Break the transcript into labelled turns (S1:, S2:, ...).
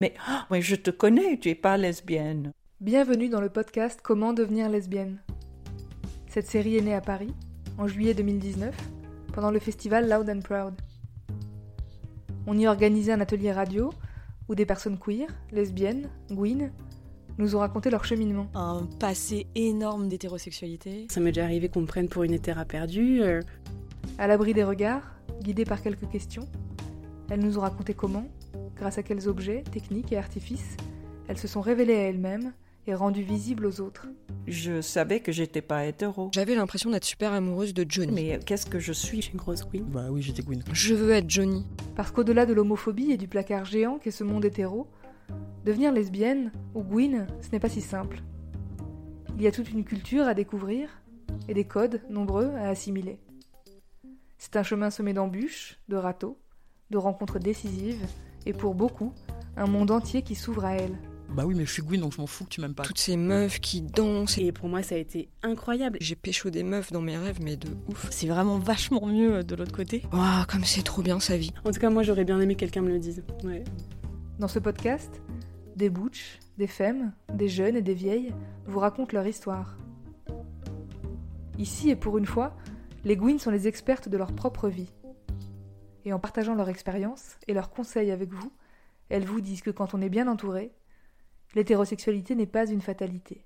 S1: Mais, oh, mais je te connais, tu es pas lesbienne.
S2: Bienvenue dans le podcast Comment devenir lesbienne. Cette série est née à Paris, en juillet 2019, pendant le festival Loud and Proud. On y organisait un atelier radio où des personnes queer, lesbiennes, gouines, nous ont raconté leur cheminement.
S3: un passé énorme d'hétérosexualité.
S4: Ça m'est déjà arrivé qu'on me prenne pour une hétéra perdue. euh,
S2: À l'abri des regards, guidées par quelques questions, elles nous ont raconté comment, grâce à quels objets, techniques et artifices, elles se sont révélées à elles-mêmes et rendues visibles aux autres.
S1: Je savais que j'étais pas hétéro.
S3: J'avais l'impression d'être super amoureuse de Johnny.
S1: Mais qu'est-ce que je
S4: Je
S1: suis
S4: suis une grosse queen.
S5: Bah oui, j'étais queen.
S3: Je veux être Johnny.
S2: Parce qu'au-delà de l'homophobie et du placard géant qu'est ce monde hétéro, devenir lesbienne ou gouine, ce n'est pas si simple. Il y a toute une culture à découvrir et des codes nombreux à assimiler. C'est un chemin semé d'embûches, de râteaux, de rencontres décisives et pour beaucoup, un monde entier qui s'ouvre à elles.
S5: Bah oui, mais je suis queen donc je m'en fous que tu m'aimes pas.
S3: Toutes ces meufs qui dansent.
S4: Et pour moi, ça a été incroyable.
S3: J'ai pécho des meufs dans mes rêves, mais de ouf.
S6: C'est vraiment vachement mieux euh, de l'autre côté.
S3: Waouh, comme c'est trop bien sa vie.
S4: En tout cas, moi, j'aurais bien aimé que quelqu'un me le dise. Ouais.
S2: Dans ce podcast, des butch, des femmes, des jeunes et des vieilles vous racontent leur histoire. Ici et pour une fois, les Gwyn sont les expertes de leur propre vie. Et en partageant leur expérience et leurs conseils avec vous, elles vous disent que quand on est bien entouré, l'hétérosexualité n'est pas une fatalité.